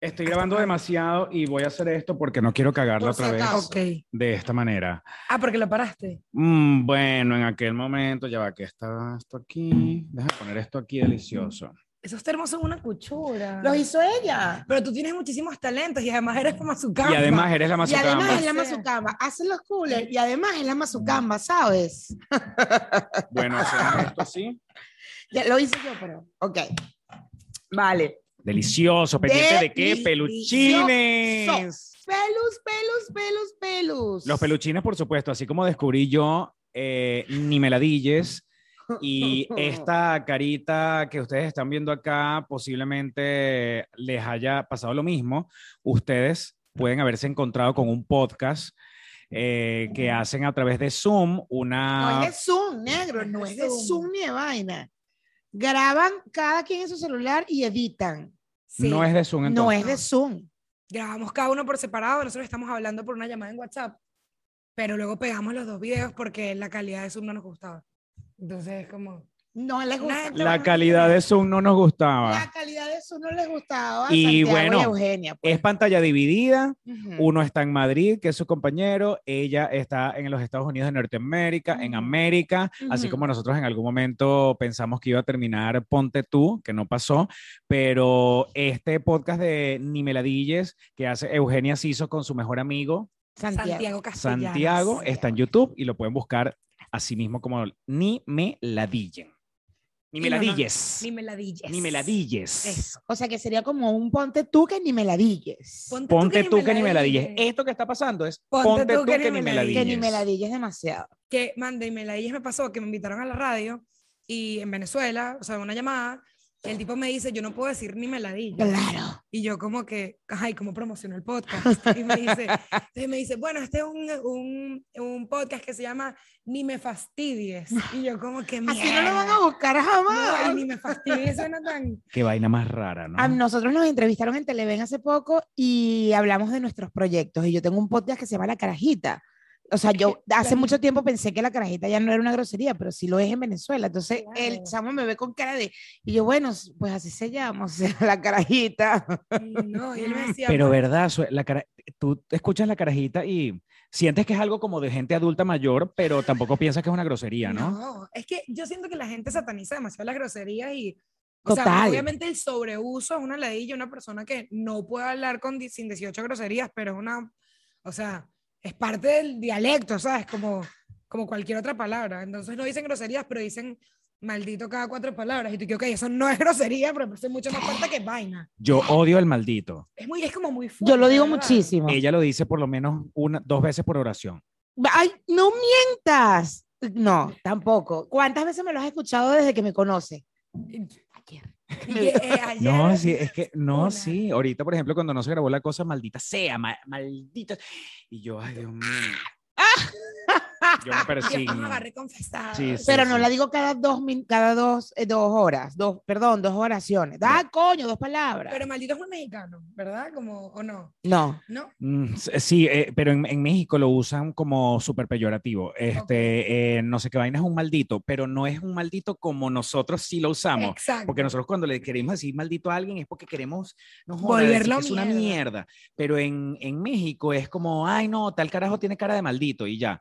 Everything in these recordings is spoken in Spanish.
estoy grabando demasiado y voy a hacer esto porque no quiero cagarla Por si otra vez acaso. Ok. de esta manera. Ah, porque lo paraste. Mm, bueno, en aquel momento, ya va, que estaba esto aquí. Déjame poner esto aquí delicioso. Esos termos son una cuchura. Los hizo ella. Pero tú tienes muchísimos talentos y además eres como su Y además eres la Y además mazucamba. es la mazucamba. Hace los coolers y además es la Mm. mazucamba, ¿sabes? Bueno, hacemos esto así. Ya, lo hice yo, pero. Ok. Vale. Delicioso, pendiente de qué? Delicioso. Peluchines. Pelus, pelus, pelus, pelus. Los peluchines, por supuesto, así como descubrí yo eh, ni meladilles. Y esta carita que ustedes están viendo acá, posiblemente les haya pasado lo mismo. Ustedes pueden haberse encontrado con un podcast eh, que hacen a través de Zoom una... No es de Zoom, negro, no es de Zoom ni de vaina. Graban cada quien en su celular y editan. Sí. No es de Zoom, entonces. No es de Zoom. Grabamos cada uno por separado, nosotros estamos hablando por una llamada en WhatsApp, pero luego pegamos los dos videos porque la calidad de Zoom no nos gustaba. Entonces es como... No les Una- gustaba. La calidad de Zoom no nos gustaba. La calidad de Zoom no les gustaba. a Y Santiago bueno, y a Eugenia. pues. Es pantalla dividida. Ujú. Uno está en Madrid, que es su compañero. Ella está en los Estados Unidos de Norteamérica, en Ujú. América, así Ujú. como nosotros en algún momento pensamos que iba a terminar Ponte tú, que no pasó, pero este podcast de Ni Meladilles que hace Eugenia Siso con su mejor amigo Santiago. Santiago Castellanos. Santiago sí. está en YouTube y lo pueden buscar así mismo como Ni Meladillen. Ni Y no, no, Meladilles. Ni meladillas. Ni Meladilles. Eso. O sea que sería como un ponte tú que ni me la dilles. Ponte tú que ni me la Meladilles. dije. Esto que está pasando es Ponte tú que ni que ni Meladilles. me la dilles demasiado. que manda y me la me pasó que me invitaron a la radio y en Venezuela, o sea, una llamada, el tipo me dice, yo no puedo decir ni meladilla. Claro. Y yo como que, ay, ¿cómo promociono el podcast? Y me dice, entonces me dice, bueno, este es un, un, un podcast que se llama Ni me fastidies. Y yo como que, Así no lo van "Mierda". a buscar jamás. No, y ni me fastidies suena tan... Qué vaina más rara, ¿no? A nosotros nos entrevistaron en Televen hace poco y hablamos de nuestros proyectos. Y yo tengo un podcast que se llama La Carajita. O sea, yo hace mucho tiempo pensé que la carajita ya no era una grosería, pero sí lo es en Venezuela. Entonces el Claro. chamo me ve con cara de. Y yo, bueno, pues así se llama, o sea, la carajita. No, y él me decía, Pero verdad, Sue- la cara, tú escuchas la carajita y sientes que es algo como de gente adulta mayor, pero tampoco piensas que es una grosería, ¿no? es que yo siento que la gente sataniza demasiado las groserías y. o sea, Total. obviamente el sobreuso es una ladilla, una persona que no puede hablar con, di- sin 18 groserías, pero es una. O sea, es parte del dialecto, ¿sabes? Como, como cualquier otra palabra. Entonces no dicen groserías, pero dicen maldito cada cuatro palabras. Y tú que, ok, eso no es grosería, pero me parece mucho más fuerte que vaina. Yo odio el maldito. Es, muy, es como muy fuerte. Yo lo digo ¿verdad? muchísimo. Ella lo dice por lo menos una, dos veces por oración. Ay, no mientas. No, tampoco. ¿Cuántas veces me lo has escuchado desde que me conoces? Y que, eh, ayer- No, sí, es que no, Una. sí. Ahorita, por ejemplo, cuando no se grabó la cosa, maldita sea, ma- maldita. Y yo, ay, Dios mío. Ah. Yo me Dios, persigno. agarré confesado. Sí, sí, Pero no sí. la digo cada dos, min- cada dos, eh, dos horas, dos, perdón, dos oraciones. Ah, coño, dos palabras. Pero maldito es muy mexicano, ¿verdad? Como, o no. no. No, Mm, s- Sí, eh, pero en, en México lo usan como súper peyorativo. Este, eh, no sé qué vaina es un maldito, pero no es un maldito como nosotros sí lo usamos. exacto. Porque nosotros cuando le queremos decir maldito a alguien es porque queremos no joda, Volverlo decir que es una mierda. mierda. Pero en, en México es como, ay no, tal carajo tiene cara de maldito y ya.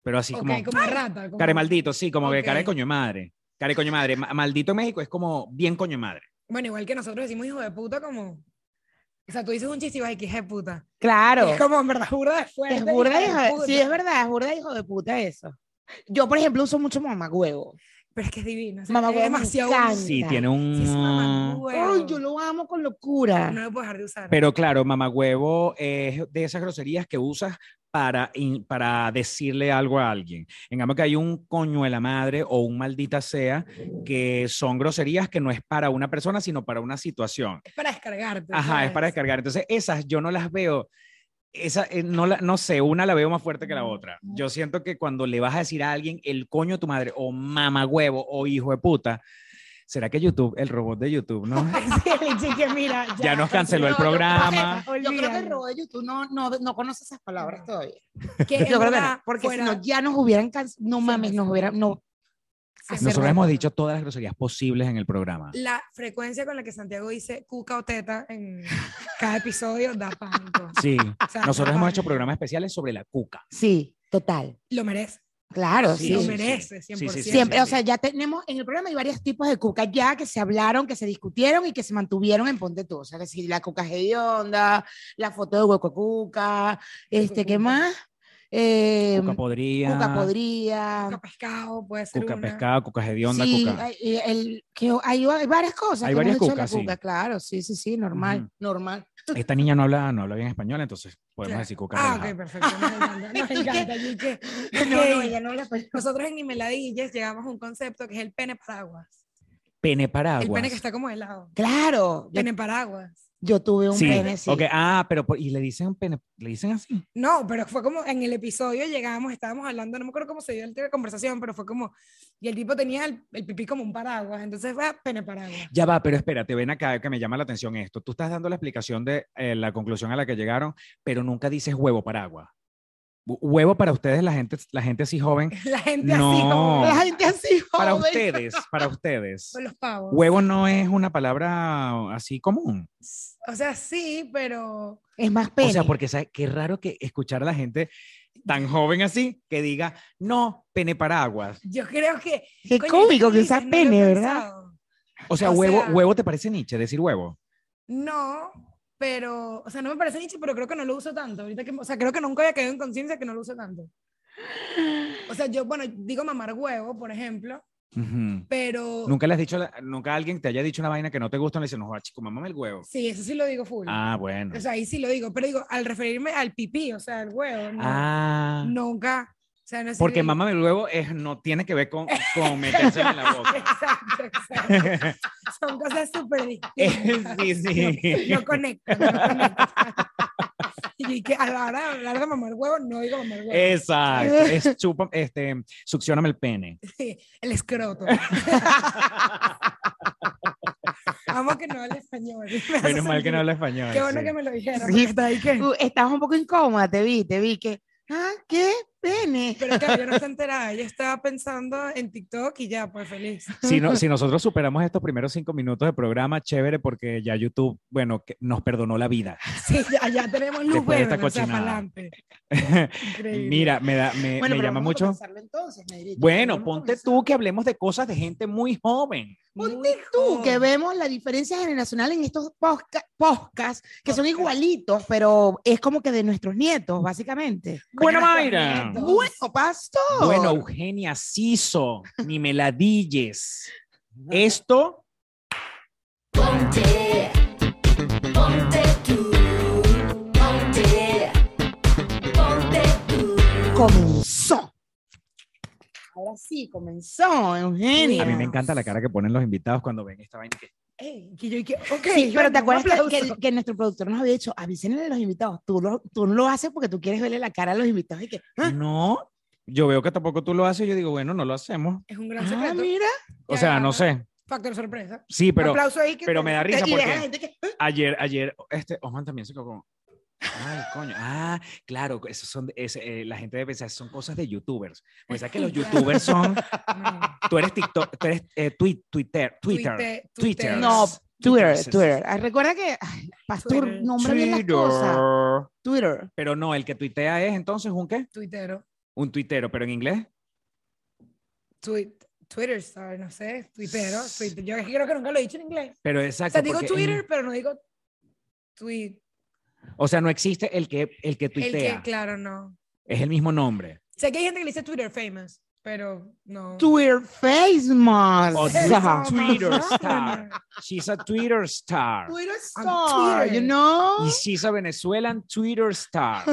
Pero así Ok, como, como rata. Como... cara de maldito, sí, como que cara de Ok. coño de madre. Cara de coño de madre. Ma- maldito en México es como bien coño de madre. Bueno, igual que nosotros decimos hijo de puta, como. O sea, tú dices un chiste y vas, "Ay, que hijo de puta. Claro. Es como en verdad burda de fuerte. Es burda, hijo hijo de de- puta. sí, es verdad, es burda, hijo de puta eso. Yo, por ejemplo, uso mucho mamagüevo. Pero es que es divino. o sea, Mamá es huevo demasiado. mexicano. bonito. Sí, Mira, tiene Sí, es mamá un... huevo. Ay, yo lo amo con locura. No lo puedo dejar de usar. Pero claro, mamagüevo es de esas groserías que usas para, in- para decirle algo a alguien. En cambio, que hay un coño de la madre o un maldita sea, que son groserías que no es para una persona, sino para una situación. es para descargarte. Ajá, es ¿sabes? para descargar. Entonces, esas yo no las veo. Esa, eh, no, la- no sé, una la veo más fuerte que la otra. Yo siento que cuando le vas a decir a alguien el coño de tu madre o mamagüevo o hijo de puta, ¿será que YouTube, el robot de YouTube, no? Sí, Lichi, que mira, ya. Ya nos canceló el No, yo creo que- programa. Yo creo que el Olvídalo. robot de YouTube no, no, no conoce esas palabras todavía. Que Yo creo en que no, verdad, porque si fuera- no, ya nos hubieran cancelado. No Sí, pues. mames, sí. nos hubieran. No. se Hacer Nosotros perdió. hemos dicho todas las groserías posibles en el programa. La frecuencia con la que Santiago dice cuca o teta en cada episodio da pánico. Sí. O sea, da Nosotros hemos pánico. hecho programas especiales sobre la cuca. Sí, total. Lo merece. Claro, Sí, sí. lo merece, Sí, sí, sí, 100%. sí, Siempre, sí, o sea, ya tenemos en el programa hay varios tipos de cuca ya que se hablaron, que se discutieron y que se mantuvieron en Ponte Tú. O sea, que si la cuca hedionda, la foto de hueco cuca, este, ¿qué cuca. más? Eh, Cuca podría. cuca podría. Cuca pescado, puede ser Cuca una. pescado, cuca hedionda, sí, cuca. Hay, y el- que hay, hay varias cosas. Hay que varias hemos hecho de la cucas, sí. cuca, Claro, sí, sí, sí, normal, Ujú. normal. Esta niña no habla, no habla bien español, entonces podemos Claro. decir cuca. Ah, relajado. ok, perfecto. Nos encanta, nos encanta, Yuke. No, no, ella no pues, habla español. Nosotros en Imeladillas llegamos a un concepto que es el pene paraguas. Pene paraguas. El pene que está como helado. Claro, yo, Pene paraguas. yo tuve un sí. pene, sí. ok, Ah, pero por- y le dicen pene, le dicen así. No, pero fue como en el episodio llegamos, estábamos hablando, no me acuerdo cómo se dio la conversación, pero fue como, y el tipo tenía el, el pipí como un paraguas, entonces fue ah, pene paraguas. Ya va, pero espérate, ven acá que me llama la atención esto. Tú estás dando la explicación de eh, la conclusión a la que llegaron, pero nunca dices huevo paraguas. Hu- Huevo para ustedes, la gente, la gente así joven. La gente así No. como La gente así, Para joven. ustedes, para ustedes. con los pavos. Huevo no es una palabra así común. O sea, sí, pero Es más pene. O sea, porque ¿sabes? qué raro que escuchar a la gente tan joven así que diga, no, pene paraguas. yo creo que... Qué coño, cómico ¿qué que dices? usas No lo he pene, ¿verdad? pensado. O sea, O huevo, sea- huevo te parece Nietzsche, decir huevo. No, pero, o sea, no me parece nicho, pero creo que no lo uso tanto. Ahorita que, o sea, creo que nunca había quedado en conciencia que no lo uso tanto. O sea, yo, bueno, digo mamar huevo, por ejemplo, Ujú. pero... Nunca le has dicho, la- nunca alguien te haya dicho una vaina que no te gusta y le dices, no, joda, chico, mamame el huevo. Sí, eso sí lo digo full. Ah, bueno. O sea, ahí sí lo digo, pero digo, al referirme al pipí, o sea, al huevo, no, ah, nunca. O sea, no es porque el- mamame el huevo es, no tiene que ver con, con meterse en la boca. Exacto, exacto. Son cosas súper distintas. sí, sí. No, no conecto, no conecto. Y que a la hora de hablar de mamar huevo, no digo mamar huevo. Exacto. Es chupa, este, succioname el pene. Sí, el escroto. Amo que no habla español. Me hace Menos mal que no habla español. Qué bueno sí. que me lo dijeron. Sí. porque está ahí que- Tú estabas un poco incómoda, te vi, te vi que, ah, qué pene. Pero claro, yo no estaba enterada. Yo estaba pensando en TikTok y ya, pues feliz. Si, no- si nosotros superamos estos primeros cinco minutos de programa, chévere, porque ya YouTube, bueno, que nos perdonó la vida. Sí, ya, ya tenemos luz Después de verde, esta o sea, cochinada. para adelante. Increíble. Mira, me, da, me, me pero llama vamos a mucho. comenzarlo entonces, Negrito. Bueno, Vamos a ponte comenzar. tú que hablemos de cosas de gente muy joven. Muy Ponte tú, que joven. vemos la diferencia generacional en estos posca- podcasts, que son Podcast. igualitos, pero es como que de nuestros nietos, básicamente. Buena Nuestros Mayra. nietos. Bueno, pastor. Bueno, Eugenia Siso, ni me la dilles. Esto, Ponte, ponte tú, ponte, ponte tú. comenzó. Ahora sí, comenzó, Eugenia. a mí me encanta la cara que ponen los invitados cuando ven esta vaina. que- Ey, que yo, y que, ok, Sí, pero bueno, un ¿te acuerdas que- que, aplauso. que nuestro productor nos había dicho, avísenle a los invitados, tú, lo, tú no lo haces porque tú quieres verle la cara a los invitados y que, ah, No, yo veo que tampoco tú lo haces y yo digo, bueno, no lo hacemos. Es un gran ah, secreto. mira, O sea, no sé. Factor sorpresa. Sí, pero, aplauso ahí que pero te- me da y risa deja a la porque gente que, ayer, ayer, este, Osman también se quedó como... Ay, coño. Ah, claro, esos son, es, eh, la gente debe pensar, son cosas de youtubers. O sea que los youtubers son, No. tú eres TikTok, tú eres eh, twi- Twitter, Twitter, Tuite- Twitter. tuiteros. No, Twitter, Twitter. Twitter. Ah, Recuerda que, ay, pastor, Twitter. nombra bien las cosas. Twitter. Twitter. Pero no, el que tuitea es entonces un qué? Tuitero. Un tuitero, pero en inglés. Tweet, Twitter star, no sé, tuitero, tuit- Yo creo que nunca lo he dicho en inglés. Pero O exacto. sea, digo porque en- Twitter, pero no digo tweet. o sea, no existe el que, el que El tuitea. que, claro, no. Es el mismo nombre. Sé que hay gente que le dice Twitter famous, pero no. Twitter Face Mask. O Oh, Eso, Twitter, mamá. Twitter star. She's a Twitter star. Twitter I'm Star, Twitter. you know? Y she's a Venezuelan Twitter star.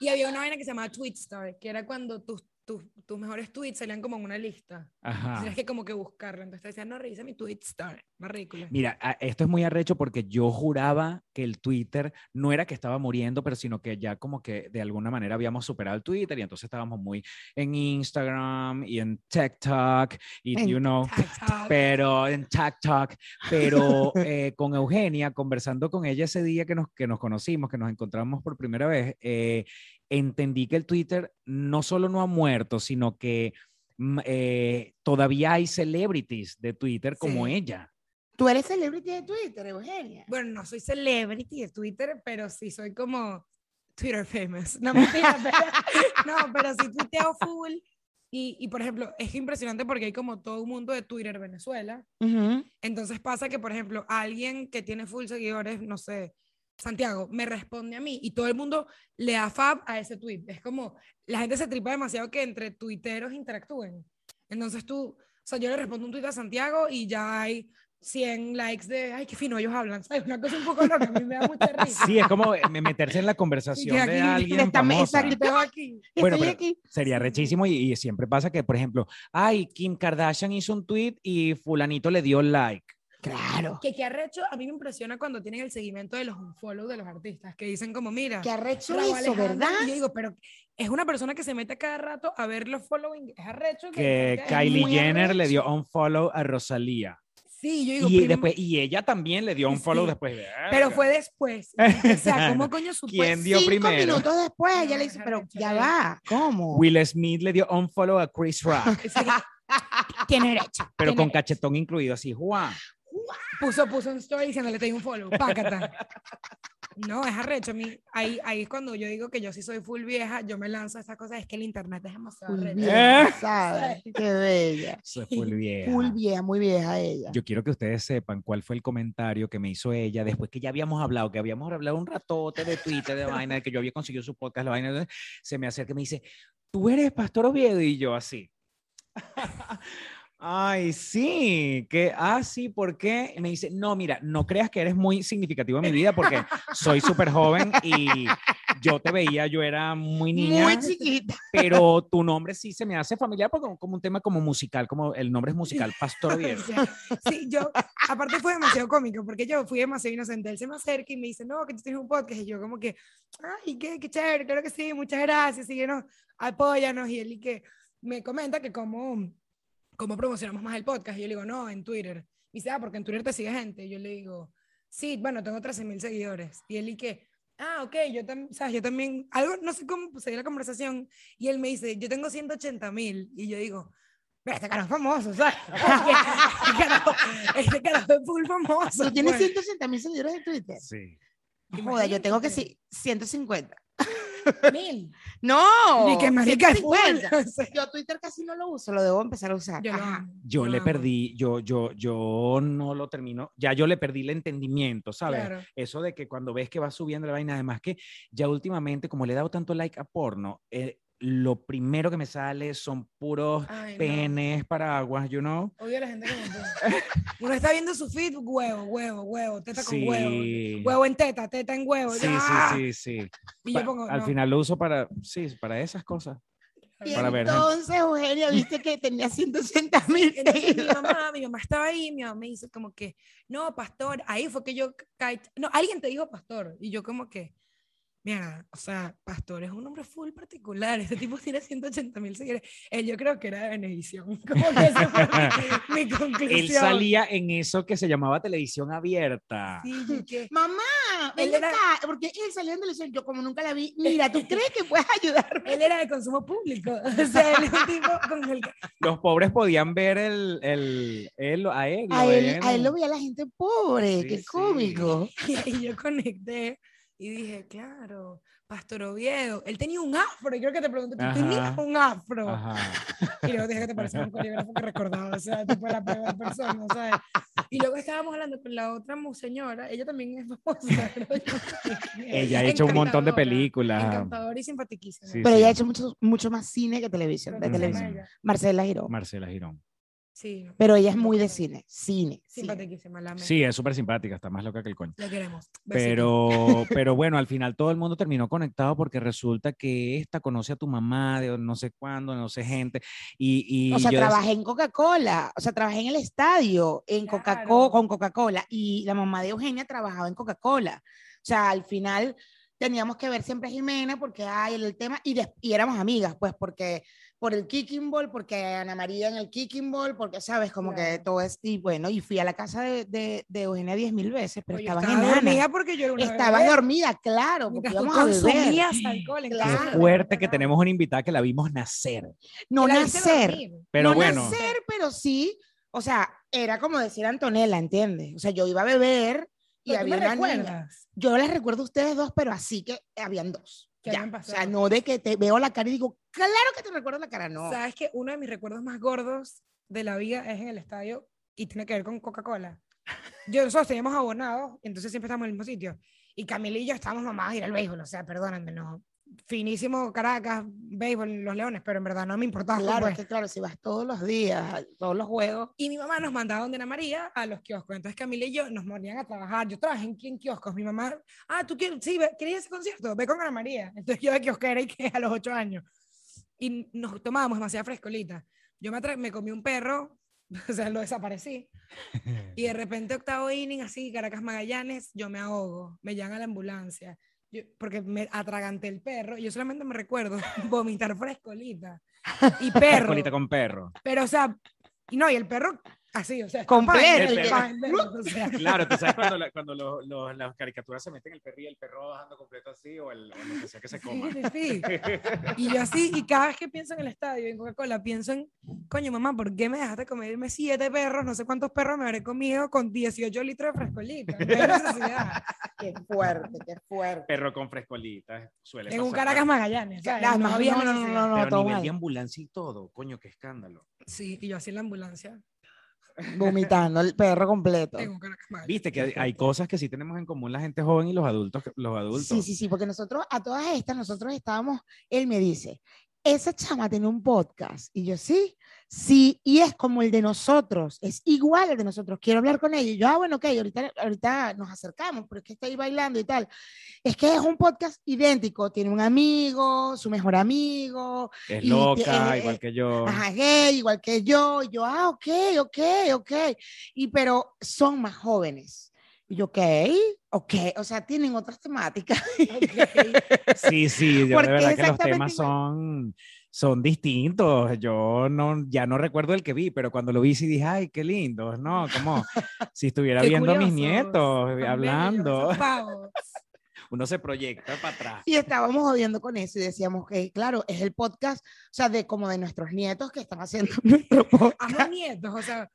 Y había una vaina que se llamaba Tweetstar, que era cuando tus, tus, tus mejores tweets salían como en una lista. Ajá. Tienes que como que buscarla. Entonces te decían, no, revisa mi Tweetstar. Más ridícula. Mira, a- esto es muy arrecho porque yo juraba que el Twitter no era que estaba muriendo, pero sino que ya como que de alguna manera habíamos superado el Twitter y entonces estábamos muy en Instagram y en TikTok y, En you know, Hashtag. pero en TikTok, pero eh, con Eugenia, conversando con ella ese día que nos, que nos conocimos, que nos encontramos por primera vez, eh, entendí que el Twitter no solo no ha muerto, sino que mm, eh, todavía hay celebrities de Twitter como Sí. ella. Tú eres celebrity de Twitter, Eugenia. Bueno, no soy celebrity de Twitter, pero sí soy como Twitter famous. No, mentira, pero, no, pero sí tuiteo full. Y, y, por ejemplo, es impresionante porque hay como todo un mundo de Twitter Venezuela. Ujú. Entonces pasa que, por ejemplo, alguien que tiene full seguidores, no sé, Santiago, me responde a mí y todo el mundo le da fab a ese tweet. Es como, la gente se tripa demasiado que entre tuiteros interactúen. Entonces tú, o sea, yo le respondo un tweet a Santiago y ya hay 100 likes de, ay, qué fino ellos hablan. ¿Sabes? Una cosa un poco loca, a mí me da mucha risa. Sí, es como eh, me- meterse en la conversación aquí de alguien está- famosa. exacto. Tuiteo aquí. Bueno, Estoy pero- aquí. Sería rechísimo y, y siempre pasa que, por ejemplo, ay, Kim Kardashian hizo un tweet y fulanito le dio like. Claro. Que qué arrecho, a mí me impresiona cuando tienen el seguimiento de los unfollow de los artistas, que dicen como, mira, Qué arrecho Raúl eso, Alejandro, ¿verdad? Y yo digo, pero es una persona que se mete cada rato a ver los following. Es arrecho Que que- Kylie muy Jenner le arrecho. dio un follow a Rosalía. Sí, yo digo, Y, prim- después, y ella también le dio un follow Sí. después. pero fue después. O sea, ¿cómo Exacto. coño supo? ¿Quién dio Cinco primero? minutos después No, ella le es dice, pero arrecho, ya de- va, ¿cómo? Will Smith le dio un follow a Chris Rock, Sí, Tiene derecho. pero tiene con cachetón incluido, así, Juan. derecho. Puso, puso un story diciéndole, te di un follow. Pácata. No, es arrecho. A mí, ahí, ahí es cuando yo digo que yo sí soy full vieja, yo me lanzo a estas cosas. Es que el internet es demasiado Full arrecho. vieja, ¿Eh? ¿sabes? Qué bella. Se fue el viejo. Full vieja, muy vieja ella. Yo quiero que ustedes sepan cuál fue el comentario que me hizo ella después que ya habíamos hablado, que habíamos hablado un ratote de Twitter, de vaina, de que yo había conseguido su podcast, la vaina, de- se me acerca y me dice, tú eres Pastor Oviedo y yo así. Ay, sí, que, ah, sí, ¿por qué? Y me dice, no, mira, no creas que eres muy significativo en mi vida porque soy súper joven y yo te veía, yo era muy niña Muy chiquita. pero tu nombre sí se me hace familiar porque como un tema como musical, como el nombre es musical, Pastor O Oviedo. sea, sí, yo, aparte fue demasiado cómico, porque yo fui demasiado inocente. Él se me acerca y me dice, no, que tú tienes un podcast. Y yo como que, ay, qué, qué chévere, claro que sí, muchas gracias, síguenos, apóyanos. Y él y que me comenta que cómo, cómo promocionamos más el podcast. Y yo le digo, no, en Twitter. Y dice, ah, porque en Twitter te sigue gente. Y yo le digo, sí, bueno, tengo 13 mil seguidores. Y él y que, ah, ok, yo también, sabes, yo también, algo, no sé cómo seguir la conversación. Y él me dice, yo tengo 180 mil. Y yo digo, pero este carajo es famoso, ¿sabes? este, carajo, este carajo es full famoso. Tú tienes pues. 180 mil seguidores en Twitter. Sí. Joda, yo tengo que Imagínate. sí, 150. mil. No. Ni que marica es full. 150. o sea, Yo Twitter casi no lo uso, lo debo empezar a usar. yo lo Ajá. amo, Yo lo le amo, perdí, yo, yo, yo no lo termino, ya yo le perdí el entendimiento, ¿sabes? claro. Eso de que cuando ves que va subiendo la vaina, además que ya últimamente, como le he dado tanto like a porno, eh, lo primero que me sale son puros Ay, no. penes, paraguas, you know. Odio a la gente como tú. Uno está viendo su feed, huevo, huevo, huevo, teta con huevo. Sí. Huevo en teta, teta en huevo. Sí, ¡ah! sí, sí, sí. Y yo Pa- pongo, Al no, final lo uso para, sí, para esas cosas. Y Para ver, gente. entonces, Eugenia, viste que tenía 180 mil Entonces mi seguidores. mamá, mi mamá estaba ahí, mi mamá me dice como que, no, pastor, ahí fue que yo, caí- no, alguien te dijo pastor, y yo como que, mira, o sea, pastor es un hombre full particular, este tipo tiene 180 mil seguidores, él yo creo que era de Benevisión, como que esa fue mi, mi conclusión. Él salía en eso que se llamaba televisión abierta. Sí, yo que- Mamá, ven Él era- acá, porque él salió en televisión, yo como nunca la vi, mira, ¿tú crees que puedes ayudarme? él era de consumo público, o sea, él es un tipo con el que, Los pobres podían ver el, el, él, a él. lo A él, a veían. él lo veía la gente pobre, Sí, qué sí. cómico. Y ahí yo conecté y dije, claro, Pastor Oviedo, él tenía un afro, y creo que te pregunté, ¿tú tenías Ajá. un afro? Ajá. Y luego dije que te parecía un coreógrafo que recordaba, o sea, tipo la peor persona, ¿sabes? Y luego estábamos hablando con la otra mu- señora, ella también es famosa. creo yo. Ella ha hecho un montón de Encantadora, películas. Encantadora y simpaticísima. Sí, Pero sí. ella ha hecho mucho, mucho más cine que televisión, de Ujú. televisión. Ella, Marcela Girón. Marcela Girón. Sí, no, Pero ella es muy de cine, cine. cine. simpaticísima, la amé. Sí, es súper simpática, está más loca que el coño. La queremos. Besito. Pero, pero bueno, al final todo el mundo terminó conectado porque resulta que esta conoce a tu mamá de no sé cuándo, no sé gente. Y, y O sea, yo decía- trabajé en Coca-Cola, o sea, trabajé en el estadio en Claro. Coca-Cola, con Coca-Cola, y la mamá de Eugenia trabajaba en Coca-Cola. O sea, al final teníamos que ver siempre a Jimena porque hay el tema y, des- y éramos amigas, pues porque por el kicking ball, porque Ana María en el kicking ball, porque sabes, como que Claro. todo es, y bueno, y fui a la casa de, de, de Eugenia diez mil veces, pero Oye, estabas Pues estaba dormida enana. porque yo era una Estabas bebé. dormida, claro, porque Mientras tú íbamos a beber. consumías alcohol. en Qué Qué casa de Claro, fuerte que Fernando. tenemos una invitada que la vimos nacer. No Que la hice nacer. dormir. Pero no bueno, nacer, pero sí, o sea, era como decir Antonella, ¿entiendes? O sea, yo iba a beber y Pero tú había me una niña. recuerdas. Yo les recuerdo a ustedes dos, pero así que habían dos. Que Ya. habían O sea, pasado. no de que te veo la cara y digo, claro que te recuerdo la cara, no. ¿Sabes que uno de mis recuerdos más gordos de la vida es en el estadio y tiene que ver con Coca-Cola? Yo, nosotros teníamos abonados, entonces siempre estábamos en el mismo sitio. Y Camila y yo estábamos mamadas de ir al béisbol, o sea, perdónenme, no. Finísimo Caracas, béisbol, los leones, pero en verdad no me importaba. claro, pues. es que claro, si vas todos los días, a todos los juegos. Y mi mamá nos mandaba donde Ana María a los kioscos. Entonces Camila y yo nos morían a trabajar. Yo trabajé en, en kioscos. Mi mamá, ah, tú quieres, sí, ve- querías ese concierto, ve con Ana María. Entonces yo de kiosquera y que a los ocho años. Y nos tomábamos demasiada frescolita. Yo me, atra- me comí un perro, o sea, lo desaparecí. Y de repente octavo inning, así, Caracas Magallanes, yo me ahogo, me llaman a la ambulancia. Yo- porque me atraganté el perro. y Yo solamente me recuerdo vomitar frescolita. Y perro. colita con perro. Pero, o sea, y no, y el perro así, o sea, Completo, el el perro. o sea, Claro, tú sabes cuando, la- cuando los- los- las caricaturas se meten el perro y el perro bajando completo así o, el, o lo que sea que se coma. sí, sí, sí. Y yo así, y cada vez que pienso en el estadio, en Coca-Cola, pienso en, coño, mamá, ¿por qué me dejaste comerme siete perros? No sé cuántos perros me habré comido con 18 litros de frescolita. No hay necesidad. Qué fuerte, qué fuerte. Perro con frescolita suele En un pasar. Caracas Magallanes. ¿sabes? Claro, no no, había no, no, necesidad. no, no, Pero a todo nivel mal. de ambulancia y todo, coño, qué escándalo. Sí, y yo así en la ambulancia. Vomitando el perro completo. En un Caracas Magallanes. Viste que hay, hay cosas que sí tenemos en común la gente joven y los adultos. Los adultos. Sí, sí, sí, porque nosotros, a todas estas, nosotros estábamos, él me dice, esa chama tiene un podcast. Y yo, sí, sí, y es como el de nosotros, es igual al de nosotros, quiero hablar con ella. Y yo, ah, bueno, ok, ahorita, ahorita nos acercamos, pero es que está ahí bailando y tal. Es que es un podcast idéntico, tiene un amigo, su mejor amigo, Es Y loca, te- igual que yo. ajá, gay, igual que yo. Y yo, ah, ok, ok, ok. Y pero son más jóvenes. Y yo, ok, ok, o sea, tienen otras temáticas. Ok. Sí, sí, yo Porque de verdad que los exactamente temas igual. son, son distintos. Yo no, ya no recuerdo el que vi, pero cuando lo vi sí dije, ay, qué lindo, ¿no? Como si estuviera Qué viendo a mis curiosos, nietos tan hablando. bellos, pavos. Uno se proyecta para atrás. Y estábamos jodiendo con eso y decíamos que, claro, es el podcast, o sea, de como de nuestros nietos que están haciendo nuestro podcast. amo nietos, o sea,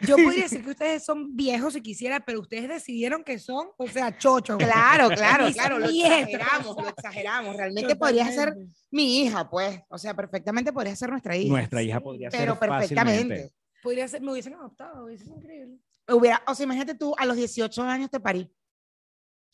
yo podría decir que ustedes son viejos si quisiera, pero ustedes decidieron que son, o sea, chochos. güey. Claro, claro, Mis claro, lo nietos. exageramos, lo exageramos. Realmente podría ser Totalmente. mi hija, pues. O sea, perfectamente podría ser nuestra hija. Nuestra hija podría ser Pero fácilmente. perfectamente. Podría ser, me hubiesen adoptado, hubiese sido increíble. Hubiera, o sea, imagínate tú, a los 18 años te parí.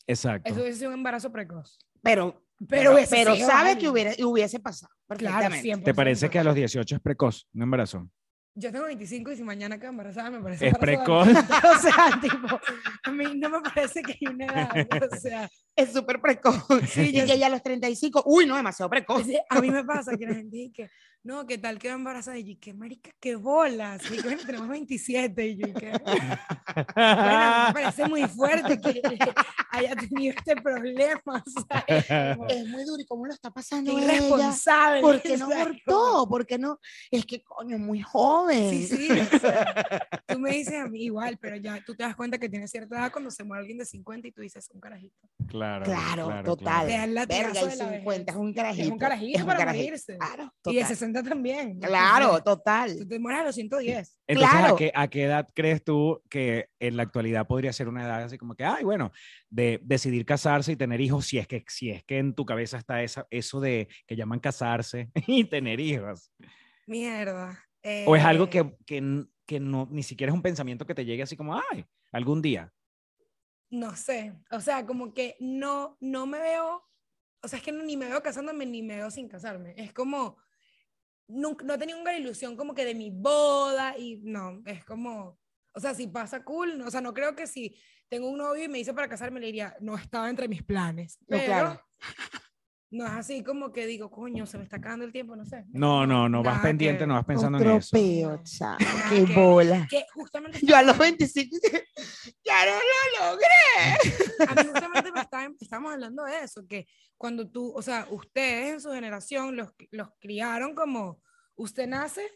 Exacto. Eso hubiese sido un embarazo precoz. Pero, Pero, pero, ese pero sí, sabe vale. que hubiera, hubiese pasado. Claro, Perfectamente. 100%. ¿Te parece que a los 18 es precoz un embarazo? Yo tengo 25 y si mañana quedo embarazada me parece Es embarazo precoz. de- O sea, tipo, a mí no me parece que hay una edad, o sea, es súper precoz. y yo- que ya a los 35, uy, no, demasiado precoz. Entonces, a mí me pasa que la gente dice que, no, ¿qué tal quedó embarazada? Y yo, qué marica, qué bolas. Y que, bueno, tenemos 27. Y yo, ¿y qué? Ah. Bueno, me parece muy fuerte que haya tenido este problema. O sea, Ah. Es muy duro y cómo lo está qué pasando ella. irresponsable. ¿Por qué no o sea, abortó? ¿Por qué no? Es que, coño, es muy joven. Sí, sí. o sea, tú me dices a mí igual, pero ya tú te das cuenta que tienes cierta edad cuando se muere alguien de 50 y tú dices, un carajito. Claro, Claro, claro, total. Te da el latigazo Verga, y de la vejez. 50, es un carajito. Es un carajito para carajito. morirse. Claro, Y de total. 60 también. ¿no? O Claro, sea, total. Tú te mueres a los 110. Entonces, Claro. ¿a, qué, a qué edad crees tú que en la actualidad podría ser una edad así como que, ay, bueno, de decidir casarse y tener hijos, si es que, si es que en tu cabeza está esa, eso de que llaman casarse y tener hijos? Mierda. ¿O es algo Eh, que, que, n- que no, ni siquiera es un pensamiento que te llegue así como, ay, algún día? no sé, o sea, como que no, no me veo, o sea, es que ni me veo casándome ni me veo sin casarme. Es como, nunca, no tenía ninguna ilusión como que de mi boda y no, es como, o sea, si pasa cool, no, o sea, no creo que si tengo un novio y me dice para casarme, le diría, no estaba entre mis planes. No, Pero claro. No es así como que digo, coño, se me está acabando el tiempo, no sé. No, no, no vas Nada que pendiente, ver. no vas pensando Un en eso. tropeo, chao. Nada Qué que- bola. Que justamente, Yo a los 25 dije, ya no lo logré. a mí justamente me estaban- estábamos hablando de eso, que cuando tú, o sea, ustedes en su generación los, los criaron como, usted nace,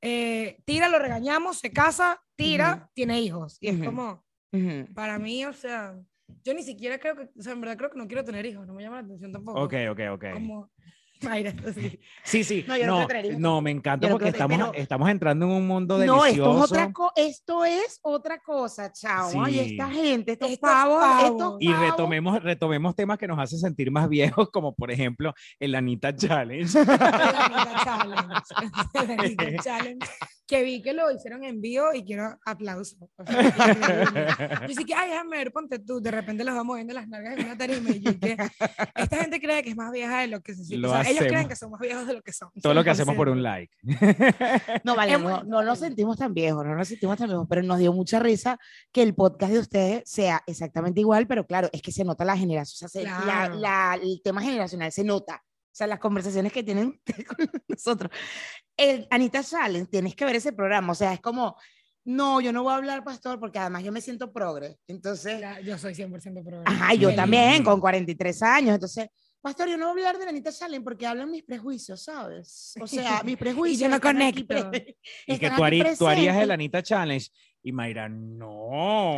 eh, tira, lo regañamos, se casa, tira, Ujú. tiene hijos. Y es Ujú. como, Ujú. para mí, o sea, yo ni siquiera creo que, o sea, en verdad creo que no quiero tener hijos, no me llama la atención tampoco. Ok, ok, ok. Como, Mayra, así. Sí, sí. No, yo no No, quiero tener hijos no, me encanta Yo no porque quiero tener- estamos, pero- estamos entrando en un mundo delicioso. No, esto es, otra co- esto es otra cosa, chao. Y Sí. esta gente, estos, Estos pavos, pavos. estos Y pavos. retomemos, retomemos temas que nos hacen sentir más viejos, como por ejemplo el Anita Challenge. El Anita Challenge. El Anita Challenge. Que vi que lo hicieron en vivo y quiero aplauso. O sea, increíble. Yo sí que, ay, déjame ver, ponte tú. De repente los vamos viendo las nalgas en una tarima. Y yo que, esta gente cree que es más vieja de lo que se siente. Lo O sea, ellos hacemos. creen que somos viejos de lo que son. Todo lo que hacemos por un like. No, vale, Hemos- no, no nos sentimos tan viejos, no nos sentimos tan viejos, pero nos dio mucha risa que el podcast de ustedes sea exactamente igual, pero claro, es que se nota la generación, o sea, se- la- Claro. la- el tema generacional se nota. O sea, las conversaciones que tienen ustedes con nosotros. El, Anita Salen, tienes que ver ese programa, o sea, es como, no, yo no voy a hablar, pastor, porque además yo me siento progre. Entonces, Mira, Yo soy 100% programa. Ajá, yo Feliz. también, con 43 años. Entonces, pastor, yo no voy a hablar de la Anita Salen porque hablan mis prejuicios, ¿sabes? O sea, mis prejuicios. no están aquí conecto. pre- Y que están tú, aquí harí- tú harías el presentes. Anita Challenge. Y Mayra, no.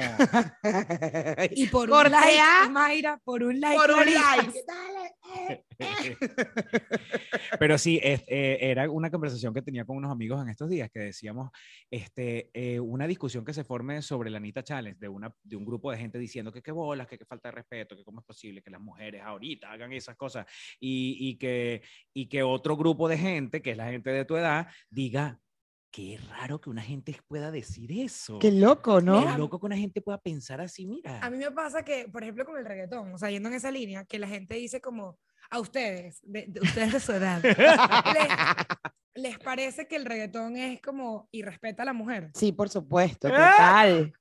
Y por Corte un like, A. Mayra, por un like. Por un Clarisa. like. Dale, eh. Pero sí, es- eh, era una conversación que tenía con unos amigos en estos días que decíamos, este, eh, una discusión que se forme sobre la Anita Challenge de, una, de un grupo de gente diciendo que qué bolas, que qué falta de respeto, que cómo es posible que las mujeres ahorita hagan esas cosas y, y que, y que otro grupo de gente, que es la gente de tu edad, diga, qué raro que una gente pueda decir eso. Qué loco, ¿no? Qué loco que una gente pueda pensar así, mira. A mí me pasa que, por ejemplo, con el reggaetón, o sea, yendo en esa línea, que la gente dice como, a ustedes, de, de- ustedes de su edad, les, les parece que el reggaetón es como irrespeta a la mujer. Sí, por supuesto, Ah. total.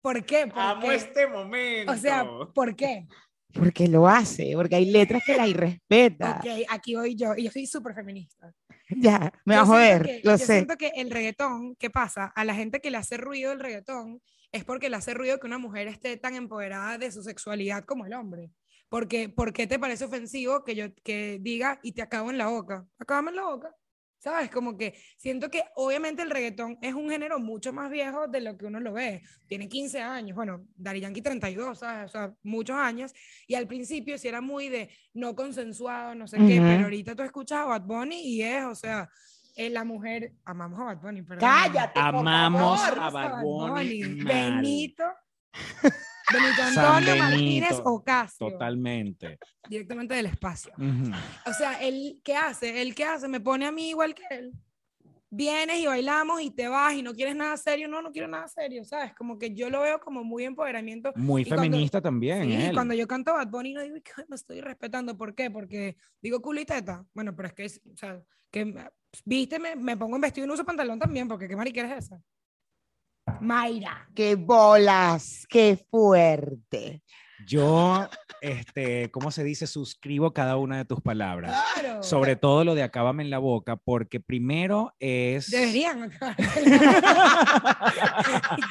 ¿Por qué? ¿Por qué? momento. O sea, ¿por qué? Porque lo hace, porque hay letras que la irrespeta. Ok, aquí voy yo, y yo soy súper feminista. Ya, me va a Yo siento joder, que- lo yo sé. siento que el reggaetón, ¿qué pasa? A la gente que le hace ruido el reggaetón es porque le hace ruido que una mujer esté tan empoderada de su sexualidad como el hombre. Porque, ¿Por qué te parece ofensivo que yo que diga y te acabo en la boca? Acábame en la boca. ¿Sabes? Como que siento que obviamente el reggaetón es un género mucho más viejo de lo que uno lo ve. Tiene 15 años, bueno, Dari Yankee 32, ¿sabes? O sea, muchos años. Y al principio sí era muy de no consensuado, no sé qué, Ujú. pero ahorita tú escuchas a Bad Bunny y es, o sea, eh, la mujer, amamos a Bad Bunny, perdón. Cállate. por Amamos favor. a Bad Bunny. mal. Benito. Benito San Antonio Martínez Benito. Ocasio. Totalmente. Directamente del espacio. Ujú. O sea, él, ¿qué hace? Él, ¿qué hace? Me pone a mí igual que él. Vienes y bailamos y te vas y no quieres nada serio. No, no quiero nada serio, ¿sabes? Como que yo lo veo como muy empoderamiento. Muy Y cuando- feminista también. Sí, él. cuando yo canto Bad Bunny no digo que "Ay, me estoy respetando. ¿Por qué? Porque digo culo y teta. Bueno, pero es que, es- o sea, que me- vísteme, me pongo un vestido y no uso pantalón también, porque qué mariquera es esa. Mayra. Qué bolas, qué fuerte. Yo, este, ¿cómo se dice? Suscribo cada una de tus palabras. Claro. Sobre todo lo de acábame en la boca, porque primero es. Deberían. acabar.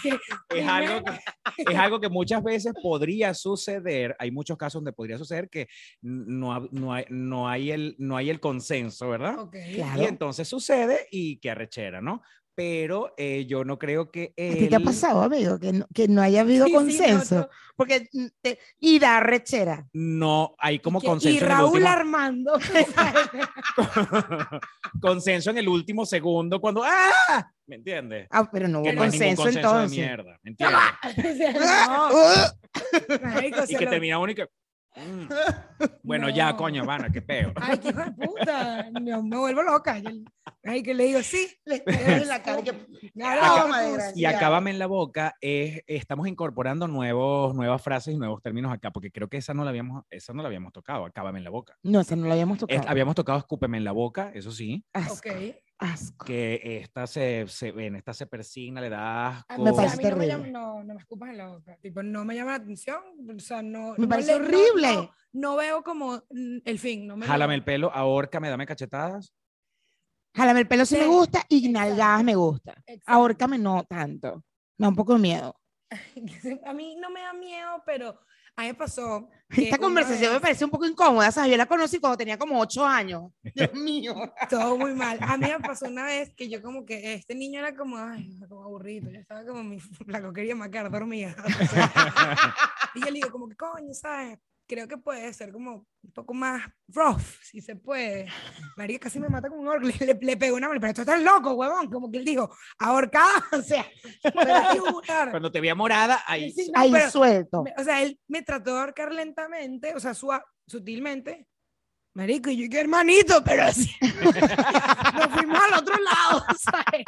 Que Es primero- algo, que, es algo que muchas veces podría suceder. Hay muchos casos donde podría suceder que no, hab- no, hay, no, hay, el, no hay el consenso, ¿verdad? Ok. Claro. Y entonces sucede y que arrechera, ¿no? Pero eh, yo no creo que. ¿A ti te ha él- pasado, amigo, que no, que no haya habido Sí, sí, no, consenso? no. Porque mm, te, y da rechera. No, hay como Que- consenso. Y en el Raúl último- Armando. consenso en el último segundo cuando ¡ah! ¿Me entiendes? Ah, pero no Que hubo no hay ningún consenso, consenso de entonces. mierda, ¿me entiendes? O sea, Ah, no, ah. marico, Y se que lo- termina uno y que mm. bueno, ya, No. coño, vana, qué peo. Ay, qué hijo de puta. No, me vuelvo loca. Yo- Ay, que le digo, sí. Le escupió en la cara y que- Me Acá- habla de Y Ya. acábame en la boca, es- estamos incorporando nuevos, nuevas frases y nuevos términos acá, porque creo que esa no la habíamos, esa no la habíamos tocado, acábame en la boca. No, esa no la habíamos Es- tocado. habíamos tocado escúpeme en la boca, eso sí, Asco. Ok. Asco. que esta se, se, en esta se persigna, le da A asco. mí- Me o Ah, sea, a parece mí no me terrible. llama- no, no me escupas en la boca. Tipo, no me llama la atención. O sea, no. Me no parece no- horrible. No, no veo como mm, el fin. No me Jálame el pelo, ahorcame, dame cachetadas. Jálame el pelo si me Sí, gusta y nalgadas exacto, me gusta. Exacto. Ahórcame no tanto. Me da un poco de miedo. A mí no me da miedo, pero a mí me pasó. que Esta una conversación me vez- parece un poco incómoda, ¿sabes? Yo la conocí cuando tenía como ocho años. Dios mío. Todo muy mal. A mí me pasó una vez que yo como que este niño era como, ay, como aburrido. Yo estaba como, mi flaco quería macar dormida. O sea, y yo le digo como que, coño, ¿sabes? Creo que puede ser como un poco más rough, si se puede. María casi me mata con un orgullo. Le, le pegó una mano, pero esto está loco, huevón. Como que él dijo, ahorcada, o sea, pero hay que jugar. Cuando te veía morada, ahí. Sí, no, Ahí pero- suelto. me- o sea, él me trató de ahorcar lentamente, o sea, sua- sutilmente. Marico, y yo, ¿qué hermanito? Pero así. Nos fuimos al otro lado, ¿sabes?